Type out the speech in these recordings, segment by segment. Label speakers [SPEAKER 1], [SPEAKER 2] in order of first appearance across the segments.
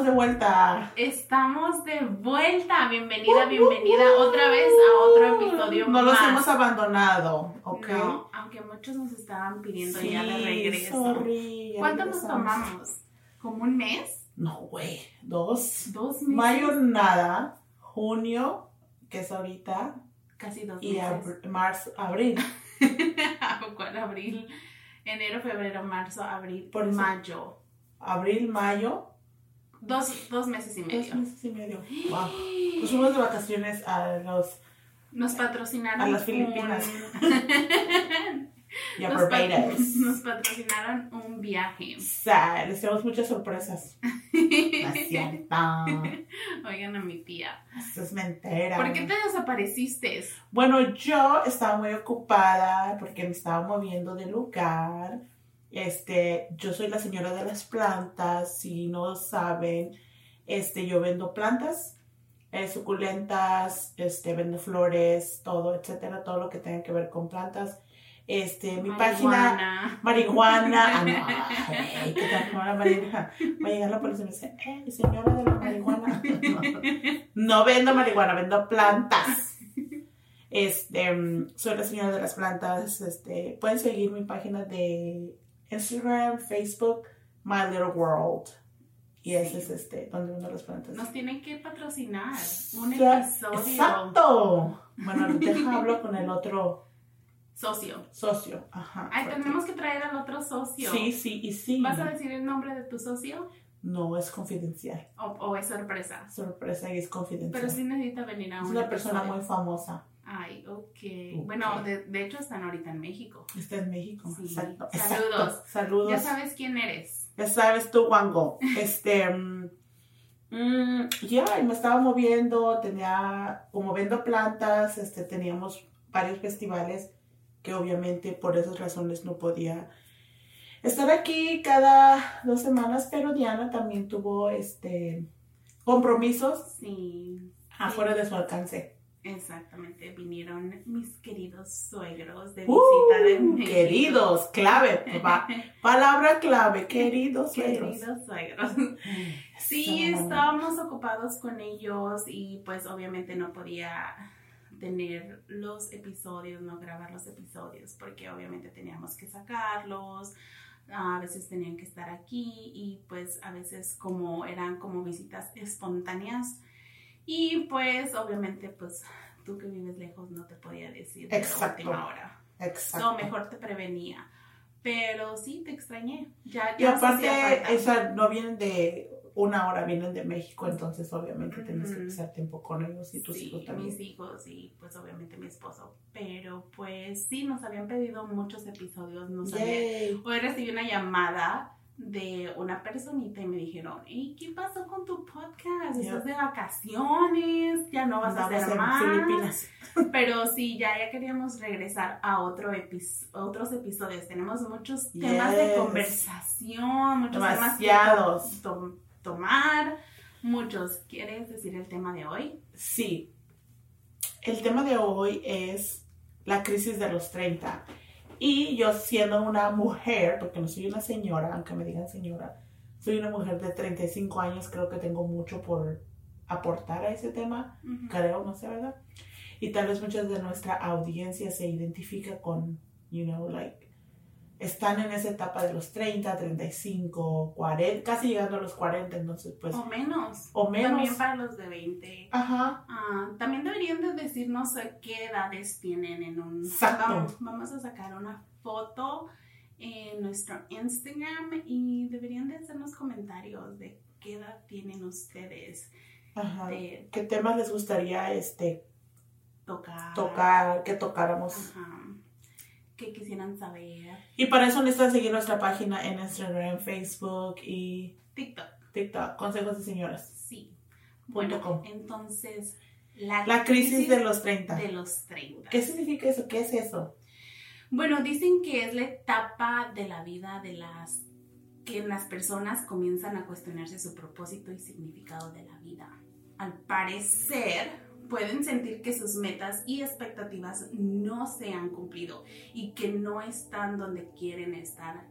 [SPEAKER 1] vuelta.
[SPEAKER 2] Estamos de vuelta.
[SPEAKER 1] Uh,
[SPEAKER 2] Bienvenida, bienvenida otra vez a otro episodio.
[SPEAKER 1] No los
[SPEAKER 2] más.
[SPEAKER 1] hemos abandonado, ¿ok?
[SPEAKER 2] No, aunque muchos nos estaban pidiendo
[SPEAKER 1] Sí,
[SPEAKER 2] ya de regreso.
[SPEAKER 1] sorry, ya
[SPEAKER 2] ¿Cuánto nos
[SPEAKER 1] regresamos.
[SPEAKER 2] tomamos? ¿Como un mes?
[SPEAKER 1] No, güey, dos.
[SPEAKER 2] ¿Dos meses?
[SPEAKER 1] Mayo nada, junio, que es ahorita,
[SPEAKER 2] Casi dos
[SPEAKER 1] y
[SPEAKER 2] meses.
[SPEAKER 1] abr- marzo, abril.
[SPEAKER 2] ¿Cuál? Abril, enero, febrero, marzo, abril,
[SPEAKER 1] Por eso.
[SPEAKER 2] mayo.
[SPEAKER 1] Abril, mayo,
[SPEAKER 2] Dos, dos meses y
[SPEAKER 1] dos
[SPEAKER 2] medio.
[SPEAKER 1] meses y medio. Wow. Nos fuimos de vacaciones a los
[SPEAKER 2] Nos patrocinaron.
[SPEAKER 1] A las
[SPEAKER 2] un-
[SPEAKER 1] Filipinas. y a
[SPEAKER 2] nos, pat-
[SPEAKER 1] Barbados.
[SPEAKER 2] nos patrocinaron un viaje.
[SPEAKER 1] Sa- Les tenemos muchas sorpresas. No es cierto.
[SPEAKER 2] Oigan a mi tía.
[SPEAKER 1] Eso es mentira.
[SPEAKER 2] ¿Por qué te desapareciste?
[SPEAKER 1] Bueno, yo estaba muy ocupada porque me estaba moviendo de lugar. Este, yo soy la señora de las plantas, si no saben, este, yo vendo plantas, eh, suculentas, este, vendo flores, todo, etcétera, todo lo que tenga que ver con plantas. Este, mi página
[SPEAKER 2] Marihuana.
[SPEAKER 1] marihuana, ah, no, ay, ¿qué tal? No, la marihuana. Va a llegar la policía y me dice, eh, señora de la marihuana. No vendo marihuana, vendo plantas. Este, mm, soy la señora de las plantas. Este, pueden seguir mi página de Instagram, Facebook, My Little World. Y ese es este, donde vendo las plantas.
[SPEAKER 2] Nos tienen que patrocinar un
[SPEAKER 1] Ya,
[SPEAKER 2] episodio
[SPEAKER 1] Exacto. Bueno, deja hablo con el otro
[SPEAKER 2] socio.
[SPEAKER 1] socio. Ajá.
[SPEAKER 2] Ay,
[SPEAKER 1] porque-
[SPEAKER 2] tenemos que traer al otro socio.
[SPEAKER 1] Sí, sí, y sí.
[SPEAKER 2] ¿Vas a decir el nombre de tu socio?
[SPEAKER 1] No es confidencial.
[SPEAKER 2] ¿O, o es sorpresa?
[SPEAKER 1] Sorpresa y es confidencial.
[SPEAKER 2] Pero sí necesita venir a
[SPEAKER 1] es
[SPEAKER 2] un
[SPEAKER 1] una persona
[SPEAKER 2] episodio.
[SPEAKER 1] muy famosa.
[SPEAKER 2] Ay, ok.
[SPEAKER 1] Ok.
[SPEAKER 2] Bueno, de, de hecho están ahorita en México.
[SPEAKER 1] Está en México.
[SPEAKER 2] Sí.
[SPEAKER 1] Exacto.
[SPEAKER 2] Saludos.
[SPEAKER 1] Exacto. Saludos.
[SPEAKER 2] Ya sabes quién eres.
[SPEAKER 1] Ya sabes tú, Wango. Este. mm, mm, ya, y me estaba moviendo, tenía. Como vendo plantas, este, teníamos varios festivales que obviamente por esas razones no podía estar aquí cada dos semanas, pero Diana también tuvo este compromisos
[SPEAKER 2] Sí,
[SPEAKER 1] afuera de su alcance.
[SPEAKER 2] exactamente. Vinieron mis queridos suegros de visita de
[SPEAKER 1] ¡Uh!
[SPEAKER 2] México.
[SPEAKER 1] queridos, clave, pa- palabra clave, queridos suegros.
[SPEAKER 2] Queridos suegros. Sí,
[SPEAKER 1] Eso.
[SPEAKER 2] estábamos ocupados con ellos y pues obviamente no podía tener los episodios, no grabar los episodios, porque obviamente teníamos que sacarlos, a veces tenían que estar aquí y pues a veces como eran como visitas espontáneas y pues obviamente pues tú que vives lejos no te podía decir de la
[SPEAKER 1] Exacto.
[SPEAKER 2] última hora.
[SPEAKER 1] Exacto.
[SPEAKER 2] No, mejor te prevenía. Pero sí, te extrañé. Ya,
[SPEAKER 1] Y
[SPEAKER 2] ya nos hacía
[SPEAKER 1] aparte,
[SPEAKER 2] falta.
[SPEAKER 1] o sea, no vienen de una hora, vienen de México, entonces obviamente tienes que
[SPEAKER 2] Ujú.
[SPEAKER 1] pasar tiempo con ellos y tus
[SPEAKER 2] Sí,
[SPEAKER 1] hijos también.
[SPEAKER 2] mis hijos y pues obviamente mi esposo. Pero pues sí, nos habían pedido muchos episodios. Nos habían-
[SPEAKER 1] Yay.
[SPEAKER 2] Hoy recibí una llamada de una personita y me dijeron, ¿y qué pasó con tu podcast?
[SPEAKER 1] Ya.
[SPEAKER 2] Estás de vacaciones, ya no vas a
[SPEAKER 1] Andamos
[SPEAKER 2] hacer
[SPEAKER 1] en
[SPEAKER 2] más.
[SPEAKER 1] Filipinas.
[SPEAKER 2] Pero sí, ya, ya queríamos regresar a otro epis- otros episodios. Tenemos muchos temas de
[SPEAKER 1] Yes.
[SPEAKER 2] conversación, muchos
[SPEAKER 1] Demasiados.
[SPEAKER 2] temas que to- to- tomar, muchos. ¿Quieres decir el tema de hoy?
[SPEAKER 1] Sí. El tema de hoy es la crisis de los 30. Y yo siendo una mujer, porque no soy una señora, aunque me digan señora, soy una mujer de 35 años, creo que tengo mucho por aportar a ese tema.
[SPEAKER 2] Ujú.
[SPEAKER 1] creo, no sé, ¿verdad? Y tal vez muchas de nuestra audiencia se identifica con, you know, like, están en esa etapa de los 30, 35, 40, casi llegando a los 40, entonces pues,
[SPEAKER 2] O menos.
[SPEAKER 1] o menos.
[SPEAKER 2] Oh, También para los de 20.
[SPEAKER 1] Ajá,
[SPEAKER 2] Ah, también deberían de decirnos a qué edades tienen en un...
[SPEAKER 1] Exacto.
[SPEAKER 2] Vamos, vamos a sacar una foto en nuestro Instagram y deberían de hacernos comentarios de qué edad tienen ustedes
[SPEAKER 1] ajá.
[SPEAKER 2] de
[SPEAKER 1] ¿Qué temas les gustaría este, Ah.
[SPEAKER 2] tocar.
[SPEAKER 1] tocar, que tocáramos?
[SPEAKER 2] Ajá. Que quisieran saber.
[SPEAKER 1] Y para eso necesitan seguir nuestra página en Instagram, Facebook y
[SPEAKER 2] TikTok,
[SPEAKER 1] TikTok, Consejos de Señoras.
[SPEAKER 2] sí. Bueno,
[SPEAKER 1] com.
[SPEAKER 2] entonces, la,
[SPEAKER 1] La crisis de los 30.
[SPEAKER 2] de los 30.
[SPEAKER 1] ¿Qué significa eso? ¿Qué es eso?
[SPEAKER 2] Bueno, dicen que es la etapa de la vida de las que las personas comienzan a cuestionarse su propósito y significado de la vida. Al parecer, pueden sentir que sus metas y expectativas no se han cumplido y que no están donde quieren estar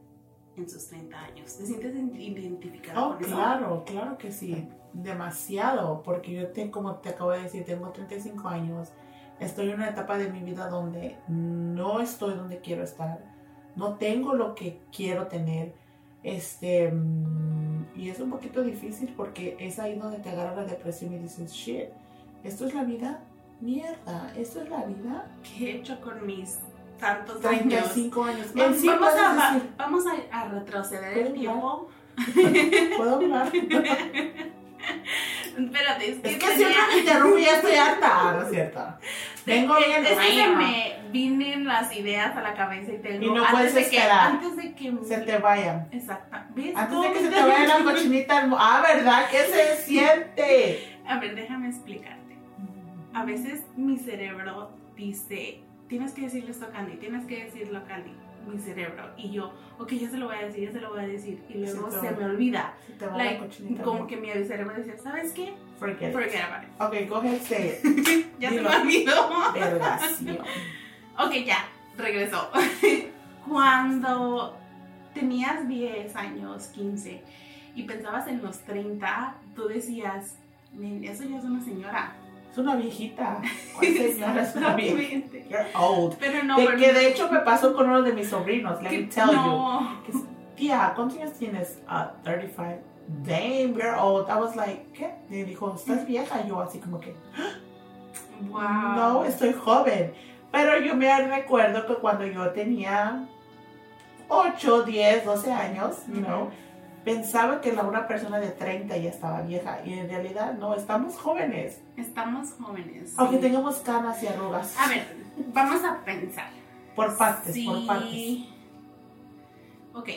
[SPEAKER 2] en sus 30 años. ¿Te sientes identificado
[SPEAKER 1] Oh,
[SPEAKER 2] con eso?
[SPEAKER 1] claro, claro que sí. Demasiado, porque yo te, como te acabo de decir, tengo 35 años. Estoy en una etapa de mi vida donde no estoy donde quiero estar. No tengo lo que quiero tener. Este, mm, y es un poquito difícil porque es ahí donde te agarra la depresión y dices, shit, esto es la vida, mierda, esto es la vida.
[SPEAKER 2] ¿Qué he hecho con mis tantos años?
[SPEAKER 1] 35 años.
[SPEAKER 2] Va-
[SPEAKER 1] En sí
[SPEAKER 2] vamos,
[SPEAKER 1] puedes
[SPEAKER 2] a, va-
[SPEAKER 1] decir,
[SPEAKER 2] vamos a- a retroceder el
[SPEAKER 1] Puedes
[SPEAKER 2] tiempo.
[SPEAKER 1] ¿Puedo hablar?
[SPEAKER 2] Espérate, es que,
[SPEAKER 1] Es que
[SPEAKER 2] tenía-
[SPEAKER 1] siempre me interrumpe, ya estoy harta, Ah, ¿no es cierto? Vengo bien
[SPEAKER 2] es que se
[SPEAKER 1] reina.
[SPEAKER 2] me vienen las ideas a la cabeza y tengo
[SPEAKER 1] Y no
[SPEAKER 2] antes
[SPEAKER 1] puedes
[SPEAKER 2] de que
[SPEAKER 1] esperar.
[SPEAKER 2] antes de que
[SPEAKER 1] Se te vayan.
[SPEAKER 2] exacta ¿Ves?
[SPEAKER 1] Antes
[SPEAKER 2] cómo
[SPEAKER 1] de que
[SPEAKER 2] me
[SPEAKER 1] se te
[SPEAKER 2] estás-
[SPEAKER 1] vaya la cochinita. al mo- Ah, ¿verdad? ¿Qué se siente?
[SPEAKER 2] a ver déjame explicarte a veces mi cerebro dice tienes que decirle esto a Candy tienes que decirlo a Candy mi cerebro y yo ok ya se lo voy a decir ya se lo voy a decir y luego
[SPEAKER 1] Sí,
[SPEAKER 2] se
[SPEAKER 1] pero-
[SPEAKER 2] me olvida
[SPEAKER 1] Se te va
[SPEAKER 2] Like,
[SPEAKER 1] la cochinita. al
[SPEAKER 2] como
[SPEAKER 1] mo-
[SPEAKER 2] que mi cerebro dice sabes qué
[SPEAKER 1] Forget. it.
[SPEAKER 2] forget about it
[SPEAKER 1] Ok, go ahead, say it.
[SPEAKER 2] ya
[SPEAKER 1] Dilo.
[SPEAKER 2] se me olvidó
[SPEAKER 1] Vergación.
[SPEAKER 2] Ok, ya, regresó. Cuando tenías 10 años, 15, y pensabas en los 30, tú decías, "Men, eso ya es una señora.
[SPEAKER 1] Es una viejita. ¿Cuál señora es una vieja?
[SPEAKER 2] Exactamente.
[SPEAKER 1] You're old.
[SPEAKER 2] Pero no,
[SPEAKER 1] De
[SPEAKER 2] pero-
[SPEAKER 1] que de hecho me pasó con uno de mis sobrinos, let me
[SPEAKER 2] que-
[SPEAKER 1] tell you.
[SPEAKER 2] no.
[SPEAKER 1] tía, ¿cuántos años tienes? Ah, 35. Damn, you're old. I was like, ¿qué? Me dijo, ¿estás vieja? Yo así como que,
[SPEAKER 2] Wow.
[SPEAKER 1] no, estoy joven. Pero yo me recuerdo que cuando yo tenía 8, 10, 12 años, you know, pensaba que la una persona de 30 ya estaba vieja. Y en realidad, no, estamos jóvenes.
[SPEAKER 2] Estamos jóvenes.
[SPEAKER 1] Aunque
[SPEAKER 2] sí.
[SPEAKER 1] tengamos canas y arrugas.
[SPEAKER 2] A ver, vamos a pensar.
[SPEAKER 1] Por partes,
[SPEAKER 2] Sí.
[SPEAKER 1] por partes.
[SPEAKER 2] Ok,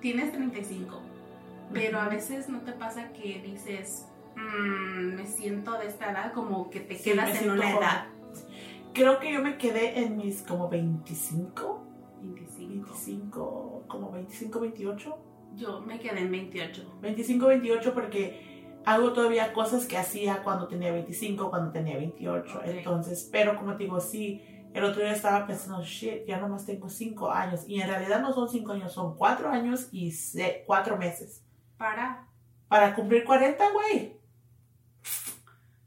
[SPEAKER 2] tienes 35. Pero a veces no te pasa que dices, "Mm, me siento de esta edad, como que te
[SPEAKER 1] Sí,
[SPEAKER 2] quedas
[SPEAKER 1] me
[SPEAKER 2] en
[SPEAKER 1] siento
[SPEAKER 2] una
[SPEAKER 1] joven.
[SPEAKER 2] edad.
[SPEAKER 1] Creo que yo me quedé en mis como 25.
[SPEAKER 2] 25.
[SPEAKER 1] 25, como 25, 28.
[SPEAKER 2] Yo me quedé en 28.
[SPEAKER 1] 25, 28 porque hago todavía cosas que hacía cuando tenía 25, cuando tenía 28.
[SPEAKER 2] Ok.
[SPEAKER 1] Entonces, pero como te digo, sí, el otro día estaba pensando, shit, ya nomás tengo 5 años. Y en realidad no son 5 años, son 4 años y 4 meses.
[SPEAKER 2] Para.
[SPEAKER 1] Para cumplir 40, güey.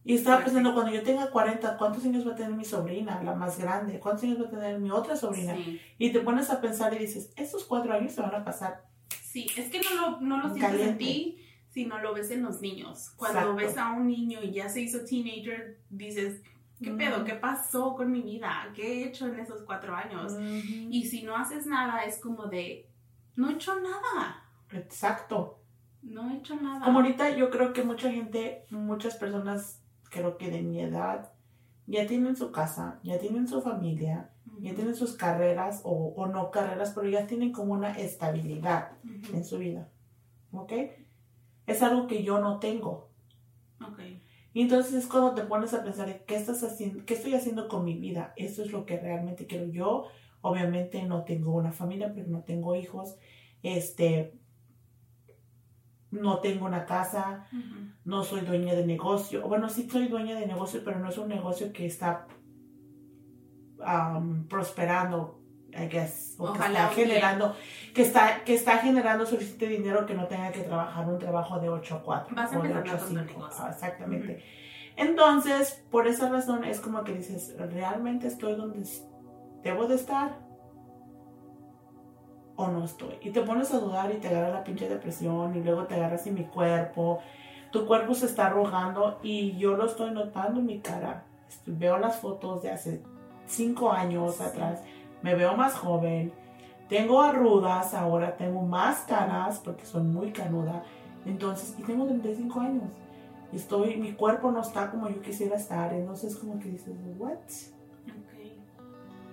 [SPEAKER 1] Y estaba
[SPEAKER 2] Pues
[SPEAKER 1] pensando, cuando yo tenga 40, ¿cuántos años va a tener mi sobrina, la más grande? ¿Cuántos años va a tener mi otra sobrina?
[SPEAKER 2] Sí.
[SPEAKER 1] Y te pones a pensar y dices, estos 4 años se van a pasar
[SPEAKER 2] Sí, es que no lo, no lo sientes en
[SPEAKER 1] Caliente.
[SPEAKER 2] ti, sino lo ves en los niños. Cuando
[SPEAKER 1] Exacto.
[SPEAKER 2] ves a un niño y ya se hizo teenager, dices, ¿qué
[SPEAKER 1] Mm.
[SPEAKER 2] pedo? ¿Qué pasó con mi vida? ¿Qué he hecho en esos cuatro años?
[SPEAKER 1] Ujú.
[SPEAKER 2] Y si no haces nada, es como de, no he hecho nada,
[SPEAKER 1] Exacto.
[SPEAKER 2] no he hecho nada.
[SPEAKER 1] Como ahorita yo creo que mucha gente, muchas personas, creo que de mi edad, ya tienen su casa, ya tienen su familia,
[SPEAKER 2] Ujú,
[SPEAKER 1] ya tienen sus carreras o, o no carreras, pero ya tienen como una estabilidad
[SPEAKER 2] ujú.
[SPEAKER 1] en su vida. ¿Ok? Es algo que yo no tengo.
[SPEAKER 2] Ok,
[SPEAKER 1] Y entonces es cuando te pones a pensar, en ¿qué, estás haciendo, ¿qué estoy haciendo con mi vida? Esto es lo que realmente quiero yo. Obviamente no tengo una familia porque no tengo hijos. Este, no tengo una casa,
[SPEAKER 2] ujú.
[SPEAKER 1] no soy dueña de negocio. Bueno, sí soy dueña de negocio, pero no es un negocio que está um, prosperando, I guess, o que
[SPEAKER 2] Ojalá
[SPEAKER 1] está
[SPEAKER 2] un día.
[SPEAKER 1] generando, que está, que está generando suficiente dinero que no tenga que trabajar un trabajo de 8 a 4
[SPEAKER 2] Vas a
[SPEAKER 1] o de
[SPEAKER 2] empezar
[SPEAKER 1] 8 a
[SPEAKER 2] con tu
[SPEAKER 1] 5.
[SPEAKER 2] negocio.
[SPEAKER 1] Ah, exactamente. Entonces, por esa razón es como que dices, ¿realmente estoy donde s- debo de estar? ¿O no estoy? Y te pones a dudar y te agarra la pinche depresión y luego te agarras en mi cuerpo. Tu cuerpo se está arrugando y yo lo estoy notando en mi cara. Est- Veo las fotos de hace cinco años
[SPEAKER 2] Sí.
[SPEAKER 1] atrás. Me veo más joven. Tengo arrugas ahora, tengo más canas porque soy muy canuda. Entonces, y tengo 35 años estoy, mi cuerpo no está como yo quisiera estar, entonces como que dices, what,
[SPEAKER 2] Ok.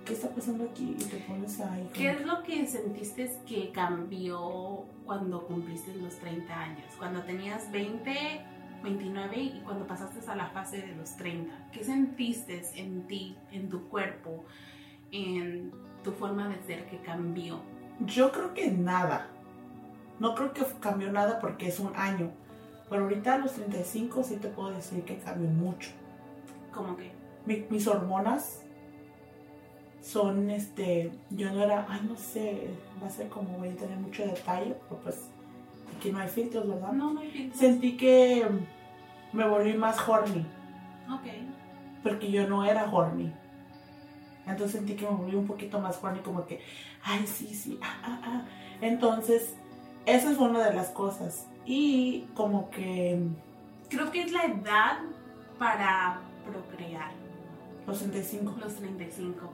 [SPEAKER 1] ¿qué está pasando aquí? Y te pones ahí. como
[SPEAKER 2] ¿Qué
[SPEAKER 1] que-
[SPEAKER 2] es lo que sentiste que cambió cuando cumpliste los 30 años? Cuando tenías 20, 29 y cuando pasaste a la fase de los 30. ¿Qué sentiste en ti, en tu cuerpo, en tu forma de ser que cambió?
[SPEAKER 1] Yo creo que nada. No creo que cambió nada porque es un año. Pero ahorita a los 35 sí te puedo decir que cambió mucho.
[SPEAKER 2] Como que,
[SPEAKER 1] Mi- mis hormonas son, este, yo no era, ay, no sé, va a ser como voy a tener mucho detalle, pero pues aquí no hay filtros, ¿verdad?
[SPEAKER 2] "Ah, No, no hay filtros.
[SPEAKER 1] Sentí que me volví más horny,
[SPEAKER 2] Ok.
[SPEAKER 1] porque yo no era horny. Entonces sentí que me volví un poquito más horny, como que, ay, sí, sí, ah, ah, ah. Entonces, esa es una de las cosas. Y como que
[SPEAKER 2] Creo que es la edad para procrear,
[SPEAKER 1] los 65.
[SPEAKER 2] los 35.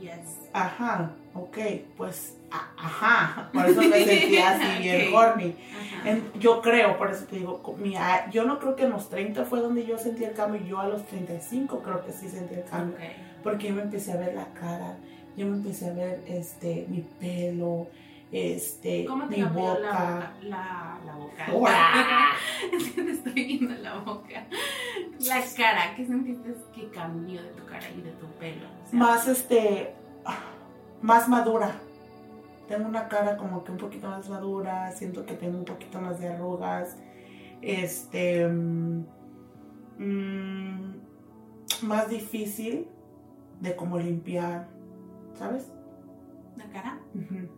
[SPEAKER 2] Yes.
[SPEAKER 1] Ajá, ok, pues, a- ajá, por eso me sentía así bien
[SPEAKER 2] Ok.
[SPEAKER 1] horny.
[SPEAKER 2] Ajá.
[SPEAKER 1] En- yo creo, por eso te digo, co- mi a- yo no creo que en los 30 fue donde yo sentí el cambio, yo a los 35 creo que sí sentí el cambio,
[SPEAKER 2] Ok.
[SPEAKER 1] porque yo me empecé a ver la cara, yo me empecé a ver este mi pelo, este
[SPEAKER 2] ¿Cómo te
[SPEAKER 1] mi
[SPEAKER 2] cambió
[SPEAKER 1] boca.
[SPEAKER 2] la boca? La, la boca.
[SPEAKER 1] ¡Hola!
[SPEAKER 2] te estoy viendo la boca. La cara. ¿Qué sentiste que cambió de tu cara y de tu pelo? O sea,
[SPEAKER 1] más este ah, más madura. Tengo una cara como que un poquito más madura, siento que tengo un poquito más de arrugas. Este mm, mm, más difícil de como limpiar, ¿sabes?
[SPEAKER 2] ¿La cara?
[SPEAKER 1] Ujú,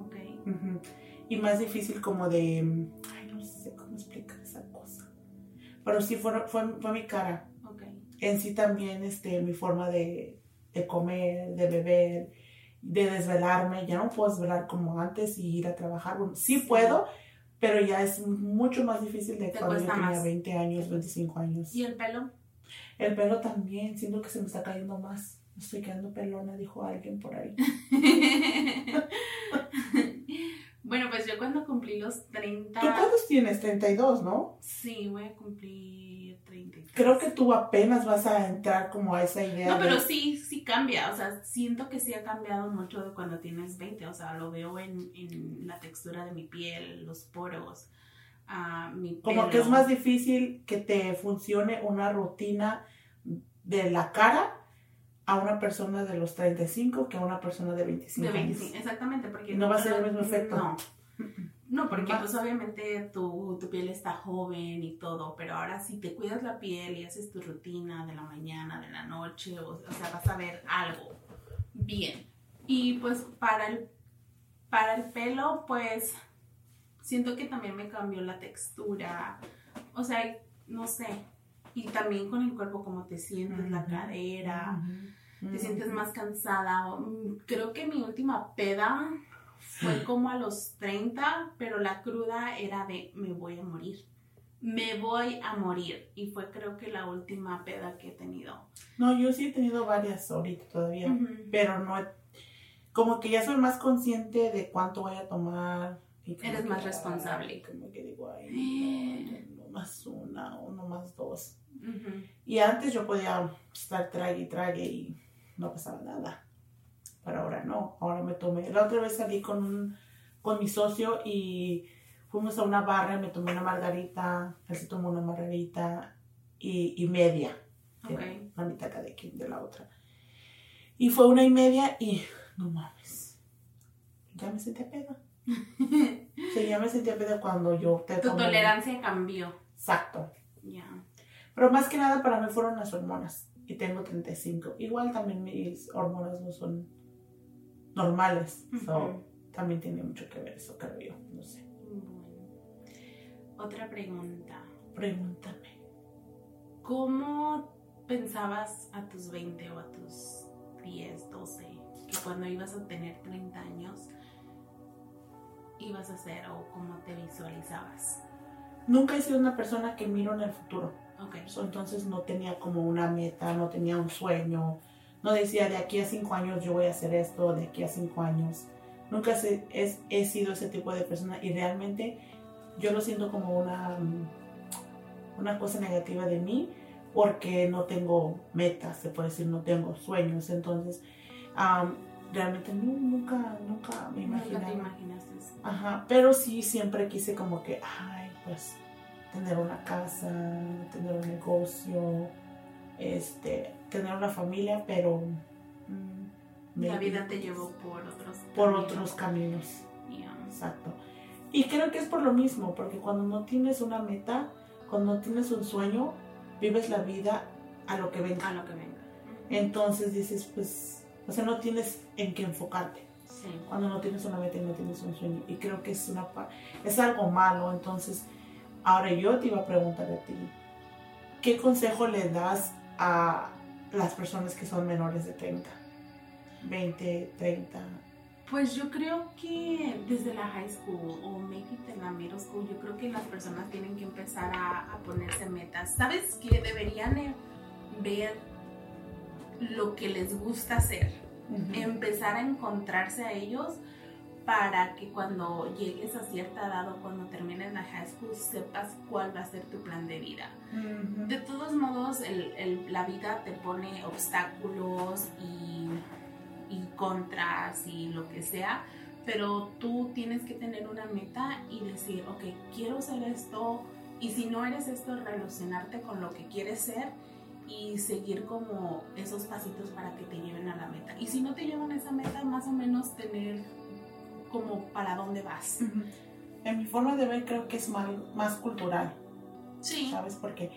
[SPEAKER 2] Ok.
[SPEAKER 1] ujú. Y más difícil como de mm, ay, no sé cómo explicar esa cosa. Pero sí fue fue, fue mi cara
[SPEAKER 2] Ok.
[SPEAKER 1] en sí también este, mi forma de, de comer, de beber, de desvelarme. Ya no puedo desvelar como antes y ir a trabajar. Bueno, sí puedo, pero ya es mucho más difícil de
[SPEAKER 2] Te
[SPEAKER 1] cuando yo
[SPEAKER 2] cuesta
[SPEAKER 1] tenía
[SPEAKER 2] más.
[SPEAKER 1] 20 años, 25 años.
[SPEAKER 2] ¿Y el pelo?
[SPEAKER 1] El pelo también, siento que se me está cayendo más. Me estoy quedando pelona, dijo alguien por ahí.
[SPEAKER 2] bueno, pues yo cuando cumplí los
[SPEAKER 1] ¿Tú
[SPEAKER 2] 30.
[SPEAKER 1] cuántos tienes? 32, ¿no?
[SPEAKER 2] Sí, voy a cumplir 33.
[SPEAKER 1] Creo que tú apenas vas a entrar como a esa idea.
[SPEAKER 2] No,
[SPEAKER 1] de-
[SPEAKER 2] pero sí, sí cambia. O sea, siento que sí ha cambiado mucho de cuando tienes 20. O sea, lo veo en, en la textura de mi piel, los poros, ah, mi
[SPEAKER 1] Como
[SPEAKER 2] pelo.
[SPEAKER 1] que es más difícil que te funcione una rutina de la cara a una persona de los 35 que a una persona de 25.
[SPEAKER 2] de
[SPEAKER 1] años.
[SPEAKER 2] 25. Exactamente, porque
[SPEAKER 1] No va a ser el mismo efecto.
[SPEAKER 2] No. No, porque
[SPEAKER 1] Más.
[SPEAKER 2] pues obviamente tu, tu piel está joven y todo, pero ahora si te cuidas la piel y haces tu rutina de la mañana, de la noche, o, o sea, vas a ver algo bien. Y pues para el, para el pelo, pues siento que también me cambió la textura, o sea, no sé. Y también con el cuerpo, cómo te sientes, la
[SPEAKER 1] Ujú.
[SPEAKER 2] cadera,
[SPEAKER 1] Ujú.
[SPEAKER 2] te sientes más cansada. o, mm, Creo que mi última peda fue como a los 30, pero la cruda era de me voy a morir. Me voy a morir. Y fue creo que la última peda que he tenido.
[SPEAKER 1] No, yo sí he tenido varias ahorita todavía,
[SPEAKER 2] Ujú.
[SPEAKER 1] pero no, he- como que ya soy más consciente de cuánto voy a tomar. y como
[SPEAKER 2] Eres más
[SPEAKER 1] que,
[SPEAKER 2] responsable.
[SPEAKER 1] ay, Como que digo, ay, no, no más una o no más dos.
[SPEAKER 2] Ujú.
[SPEAKER 1] Y antes yo podía estar trague y trague y no pasaba nada. Pero ahora no, ahora me tomé. La otra vez salí con, un- con mi socio y fuimos a una barra y me tomé una margarita, él se tomó una margarita y, y media. de
[SPEAKER 2] Ok.
[SPEAKER 1] La mitad cada quien de la otra. Y fue una y media y no mames. Ya me sentía peda. Sí, ya me sentía peda cuando yo te
[SPEAKER 2] tu
[SPEAKER 1] tomé.
[SPEAKER 2] tolerancia cambió.
[SPEAKER 1] Exacto.
[SPEAKER 2] Ya.
[SPEAKER 1] Pero más que nada para mí fueron las hormonas. Y tengo 35. Igual también mis hormonas no son normales. So,
[SPEAKER 2] Ujú.
[SPEAKER 1] también tiene mucho que ver eso, creo yo. No sé.
[SPEAKER 2] Bueno. Otra pregunta.
[SPEAKER 1] Pregúntame.
[SPEAKER 2] ¿Cómo pensabas a tus 20 o a tus 10, 12 que cuando ibas a tener 30 años ibas a ser o cómo te visualizabas?
[SPEAKER 1] Nunca he sido una persona que miro en el futuro.
[SPEAKER 2] Ok,
[SPEAKER 1] So, entonces no tenía como una meta, no tenía un sueño. No decía de aquí a cinco años yo voy a hacer esto, de aquí a cinco años. Nunca se- es- he sido ese tipo de persona y realmente yo lo siento como una, mm, una cosa negativa de mí porque no tengo metas, se puede decir, no tengo sueños. Entonces am, realmente nu- nunca, nunca me
[SPEAKER 2] nunca te
[SPEAKER 1] imaginaba.
[SPEAKER 2] imaginaste eso.
[SPEAKER 1] Ajá, pero sí siempre quise como que, ay, pues tener una casa, tener un negocio, este, tener una familia, pero mm,
[SPEAKER 2] La
[SPEAKER 1] maybe
[SPEAKER 2] vida te llevó por otros
[SPEAKER 1] por
[SPEAKER 2] caminos.
[SPEAKER 1] otros caminos,
[SPEAKER 2] Yeah.
[SPEAKER 1] exacto. Y creo que es por lo mismo, porque cuando no tienes una meta, cuando no tienes un sueño, vives la vida a lo que venga.
[SPEAKER 2] Ah. A lo que venga.
[SPEAKER 1] Entonces dices, pues O sea, no tienes en qué enfocarte.
[SPEAKER 2] Sí.
[SPEAKER 1] Cuando no tienes una meta y no tienes un sueño. Y creo que es, una, pa- es algo malo. Entonces, ahora yo te iba a preguntar a ti, ¿qué consejo le das a las personas que son menores de 30? 20, 30.
[SPEAKER 2] Pues yo creo que desde la high school o maybe de la middle school, yo creo que las personas tienen que empezar a, a ponerse metas. ¿Sabes qué? Deberían eh, ver lo que les gusta hacer. empezar a encontrarse a ellos para que cuando llegues a cierta edad o cuando termines la high school sepas cuál va a ser tu plan de vida.
[SPEAKER 1] Ujú.
[SPEAKER 2] De todos modos, el- el- la vida te pone obstáculos y, y contras y lo que sea, pero tú tienes que tener una meta y decir, ok, quiero ser esto, y si no eres esto, relacionarte con lo que quieres ser y seguir como esos pasitos para que te lleven a la meta. Y si no te llevan a esa meta, más o menos tener como para dónde vas.
[SPEAKER 1] Ujú. En mi forma de ver creo que es mal- más cultural,
[SPEAKER 2] Sí.
[SPEAKER 1] ¿sabes? Porque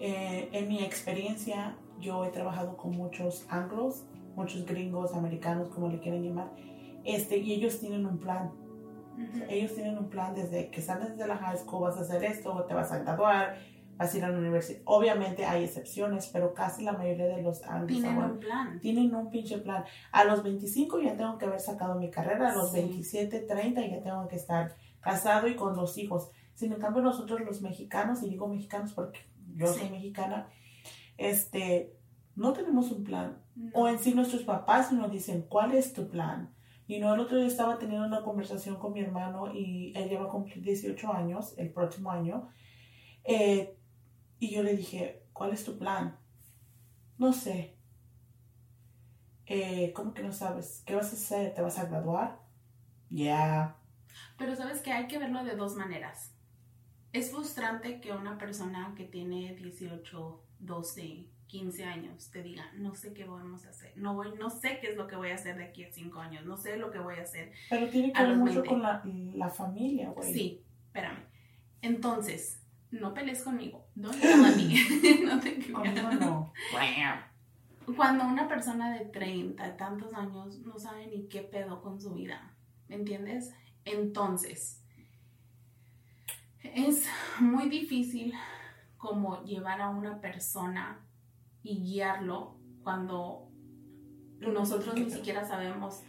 [SPEAKER 1] eh, en mi experiencia yo he trabajado con muchos anglos, muchos gringos, americanos, como le quieren llamar, este, y ellos tienen un plan. Ellos tienen un plan desde que sales de la high school, vas a hacer esto, o te vas a graduar, vas a ir a la universidad. Obviamente hay excepciones, pero casi la mayoría de los anglos
[SPEAKER 2] Tienen
[SPEAKER 1] ahora
[SPEAKER 2] un plan.
[SPEAKER 1] tienen un pinche plan. A los 25 ya tengo que haber sacado mi carrera, a los
[SPEAKER 2] Sí.
[SPEAKER 1] 27, 30 ya tengo que estar casado y con dos hijos. Sin embargo, nosotros los mexicanos, y digo mexicanos porque yo soy
[SPEAKER 2] Sí.
[SPEAKER 1] mexicana, este, no tenemos un plan. O
[SPEAKER 2] No.
[SPEAKER 1] en sí nuestros papás nos dicen, ¿cuál es tu plan? Y no, el otro día estaba teniendo una conversación con mi hermano y él ya va a cumplir 18 años el próximo año. Eh, y yo le dije, ¿cuál es tu plan? No sé. Eh, ¿Cómo que no sabes? ¿Qué vas a hacer? ¿Te vas a graduar? Ya.
[SPEAKER 2] Pero sabes que hay que verlo de dos maneras. Es frustrante que una persona que tiene 18, 12, 15 años te diga, no sé qué vamos a hacer, no, voy, no sé qué es lo que voy a hacer de aquí a 5 años, no sé lo que voy a hacer.
[SPEAKER 1] Pero tiene que
[SPEAKER 2] A
[SPEAKER 1] ver
[SPEAKER 2] los
[SPEAKER 1] mucho
[SPEAKER 2] 20.
[SPEAKER 1] con la, la familia, güey.
[SPEAKER 2] Sí, espérame. Entonces, no pelees conmigo, don't yell at me. no te
[SPEAKER 1] Conmigo no.
[SPEAKER 2] cuando una persona de 30 y tantos años no sabe ni qué pedo con su vida, ¿me entiendes? Entonces, es muy difícil como llevar a una persona y guiarlo cuando nosotros
[SPEAKER 1] ¿Qué
[SPEAKER 2] ni
[SPEAKER 1] pedo?
[SPEAKER 2] siquiera sabemos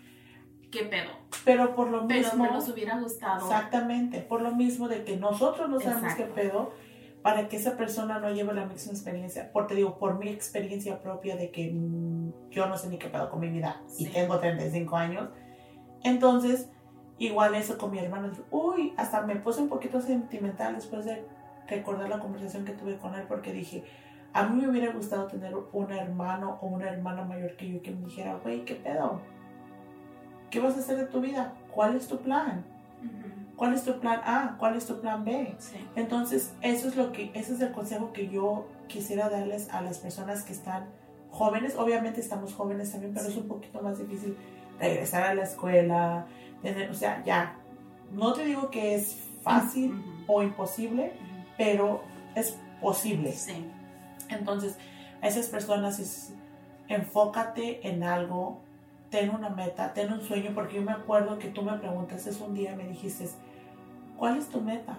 [SPEAKER 2] qué pedo.
[SPEAKER 1] Pero por lo
[SPEAKER 2] Pero
[SPEAKER 1] mismo...
[SPEAKER 2] me nos hubiera gustado.
[SPEAKER 1] Exactamente, por lo mismo de que nosotros no sabemos
[SPEAKER 2] Exacto.
[SPEAKER 1] qué pedo para que esa persona no lleve la misma experiencia. Por te digo, por mi experiencia propia de que mm, yo no sé ni qué pedo con mi vida y
[SPEAKER 2] Sí.
[SPEAKER 1] tengo 35 años. Entonces, igual eso con mi hermano. dije, Uy, hasta me puse un poquito sentimental después de recordar la conversación que tuve con él porque dije, a mí me hubiera gustado tener un hermano o una hermana mayor que yo que me dijera, güey, ¿qué pedo? ¿Qué vas a hacer de tu vida? ¿Cuál es tu plan?
[SPEAKER 2] Ujú,
[SPEAKER 1] ¿Cuál es tu plan A? ¿Cuál es tu plan B?
[SPEAKER 2] sí.
[SPEAKER 1] Entonces, eso es lo que, ese es el consejo que yo quisiera darles a las personas que están jóvenes. Obviamente estamos jóvenes también, pero es un poquito más difícil regresar a la escuela, tener, o sea, ya. No te digo que es fácil
[SPEAKER 2] Ujú,
[SPEAKER 1] o imposible,
[SPEAKER 2] ujú.
[SPEAKER 1] pero es posible.
[SPEAKER 2] Sí.
[SPEAKER 1] Entonces, a esas personas es, enfócate en algo, ten una meta, ten un sueño, porque yo me acuerdo que tú me preguntaste un día, me dijiste, ¿cuál es tu meta?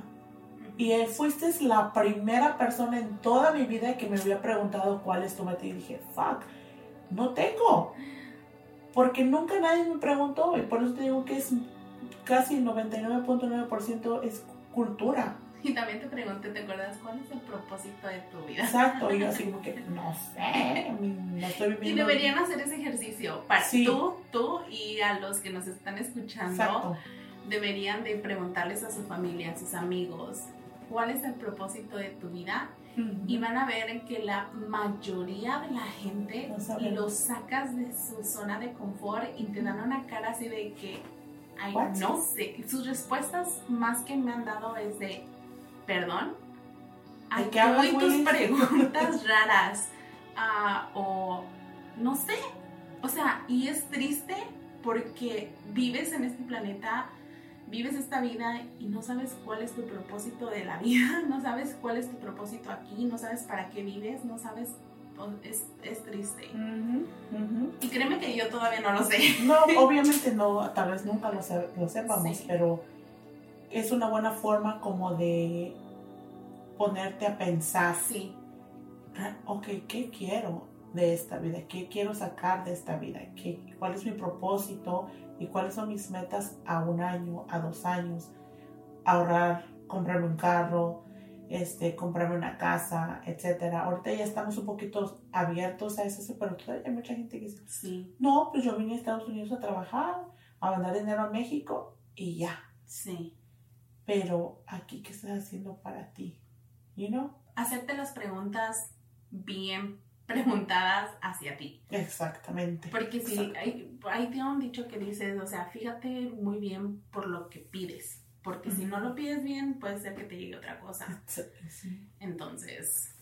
[SPEAKER 1] Y eh, fuiste la primera persona en toda mi vida que me había preguntado cuál es tu meta y dije, fuck, no tengo. Porque nunca nadie me preguntó y por eso te digo que es casi el 99.9% es cultura.
[SPEAKER 2] Y también te pregunté, ¿te acuerdas cuál es el propósito de tu vida?
[SPEAKER 1] Exacto, y yo así como que, no sé, no estoy
[SPEAKER 2] Y
[SPEAKER 1] viviendo.
[SPEAKER 2] deberían hacer ese ejercicio para
[SPEAKER 1] Sí.
[SPEAKER 2] tú, tú y a los que nos están escuchando.
[SPEAKER 1] Exacto.
[SPEAKER 2] Deberían de preguntarles a su familia, a sus amigos, cuál es el propósito de tu vida. Y van a ver que la mayoría de la gente
[SPEAKER 1] No saben.
[SPEAKER 2] los sacas de su zona de confort y te dan una cara así de que, ay,
[SPEAKER 1] What?
[SPEAKER 2] no sé. Y Sus respuestas más que me han dado es de, perdón, ay,
[SPEAKER 1] ¿De qué
[SPEAKER 2] te
[SPEAKER 1] hablas,
[SPEAKER 2] oí tus
[SPEAKER 1] güey?
[SPEAKER 2] preguntas raras. Ah, o no sé. O sea, y es triste porque vives en este planeta vives esta vida y no sabes cuál es tu propósito de la vida, no sabes cuál es tu propósito aquí, no sabes para qué vives, no sabes o- es, es triste.
[SPEAKER 1] Ujú, ujú.
[SPEAKER 2] Y créeme que yo todavía no lo sé.
[SPEAKER 1] No, obviamente no, tal vez nunca lo, se- lo sepamos,
[SPEAKER 2] Sí.
[SPEAKER 1] pero es una buena forma como de ponerte a pensar,
[SPEAKER 2] Ah, Sí,
[SPEAKER 1] "Ra- ok, ¿qué quiero de esta vida? ¿Qué quiero sacar de esta vida? ¿Qué, ¿Cuál es mi propósito? ¿Y cuáles son mis metas a un año, a dos años? Ahorrar, comprarme un carro, este, comprarme una casa, etcétera. Ahorita ya estamos un poquito abiertos a eso, pero todavía hay mucha gente que dice,
[SPEAKER 2] sí,
[SPEAKER 1] no, pues yo vine a Estados Unidos a trabajar, a mandar dinero a México y ya.
[SPEAKER 2] sí.
[SPEAKER 1] Pero aquí, ¿qué estás haciendo para ti? You know?
[SPEAKER 2] Hacerte las preguntas bien preguntadas hacia ti.
[SPEAKER 1] Exactamente.
[SPEAKER 2] Porque si
[SPEAKER 1] Exacto.
[SPEAKER 2] hay, hay tiene un dicho que dices, o sea, fíjate muy bien por lo que pides. Porque si no lo pides bien, puede ser que te llegue otra cosa.
[SPEAKER 1] Sí.
[SPEAKER 2] Entonces,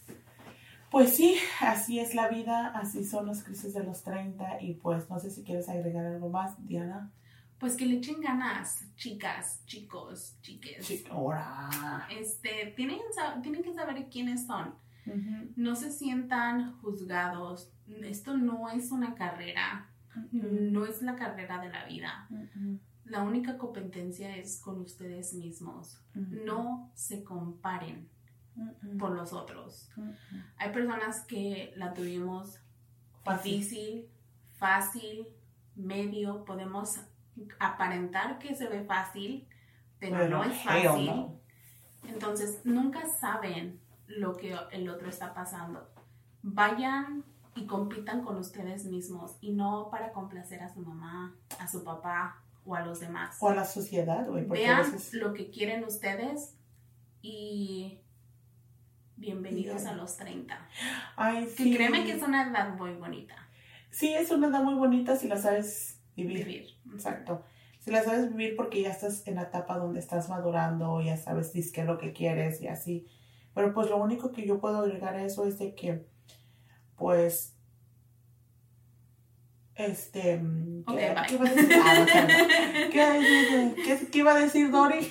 [SPEAKER 1] Pues sí, así es la vida, así son las crisis de los 30 y pues no sé si quieres agregar algo más, Diana.
[SPEAKER 2] pues que le echen ganas, chicas, chicos, chiques.
[SPEAKER 1] Sí, ahora.
[SPEAKER 2] Este, tienen, sa- tienen que saber quiénes son.
[SPEAKER 1] Ujú.
[SPEAKER 2] No se sientan juzgados. Esto no es una carrera. No es la carrera de la vida.
[SPEAKER 1] Ujú.
[SPEAKER 2] La única competencia es con ustedes mismos. No se comparen
[SPEAKER 1] Ujú.
[SPEAKER 2] por los otros.
[SPEAKER 1] Ujú.
[SPEAKER 2] Hay personas que la tuvimos
[SPEAKER 1] Fácil.
[SPEAKER 2] difícil, fácil, medio. Podemos aparentar que se ve fácil, pero, no es
[SPEAKER 1] hell
[SPEAKER 2] fácil.
[SPEAKER 1] no.
[SPEAKER 2] Entonces, nunca saben lo que el otro está pasando. Vayan y compitan con ustedes mismos y no para complacer a su mamá, a su papá o a los demás.
[SPEAKER 1] O a la sociedad, güey, porque a
[SPEAKER 2] Vean
[SPEAKER 1] veces...
[SPEAKER 2] lo que quieren ustedes y bienvenidos
[SPEAKER 1] Bien.
[SPEAKER 2] a los 30.
[SPEAKER 1] Ay,
[SPEAKER 2] Que
[SPEAKER 1] sí.
[SPEAKER 2] créeme que es una edad muy bonita.
[SPEAKER 1] Sí, es una edad muy bonita si la sabes vivir.
[SPEAKER 2] Vivir.
[SPEAKER 1] Exacto. Si la sabes vivir porque ya estás en la etapa donde estás madurando, ya sabes qué es lo que quieres y así. Pero pues lo único que yo puedo agregar a eso es de que, pues, este... mm,
[SPEAKER 2] Ok,
[SPEAKER 1] ¿qué,
[SPEAKER 2] bye.
[SPEAKER 1] ¿qué iba a decir? Ah, no sé, no. ¿Qué iba a decir? ¿Qué- qué iba a decir Dori?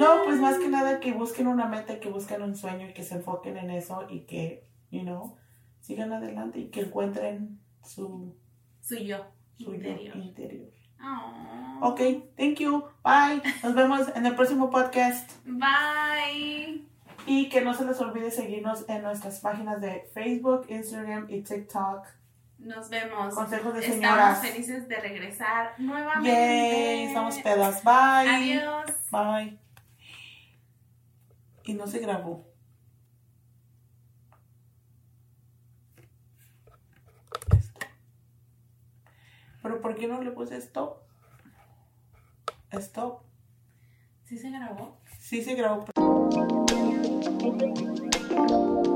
[SPEAKER 1] No, pues más que nada que busquen una meta, que busquen un sueño y que se enfoquen en eso y que, you know, sigan adelante y que encuentren su,
[SPEAKER 2] Soy yo.
[SPEAKER 1] su yo
[SPEAKER 2] Interior.
[SPEAKER 1] interior.
[SPEAKER 2] Aw.
[SPEAKER 1] Ok, thank you, bye. Nos vemos en el próximo podcast.
[SPEAKER 2] Bye.
[SPEAKER 1] Y que no se les olvide seguirnos en nuestras páginas de Facebook, Instagram y TikTok.
[SPEAKER 2] Nos vemos.
[SPEAKER 1] Consejos de
[SPEAKER 2] Estamos
[SPEAKER 1] señoras.
[SPEAKER 2] felices de regresar nuevamente.
[SPEAKER 1] Yay, estamos pedas. Bye.
[SPEAKER 2] Adiós.
[SPEAKER 1] Bye. Y no se grabó. Esto. Pero ¿por qué no le puse stop? Stop.
[SPEAKER 2] ¿Sí se grabó?
[SPEAKER 1] Sí se grabó. pero-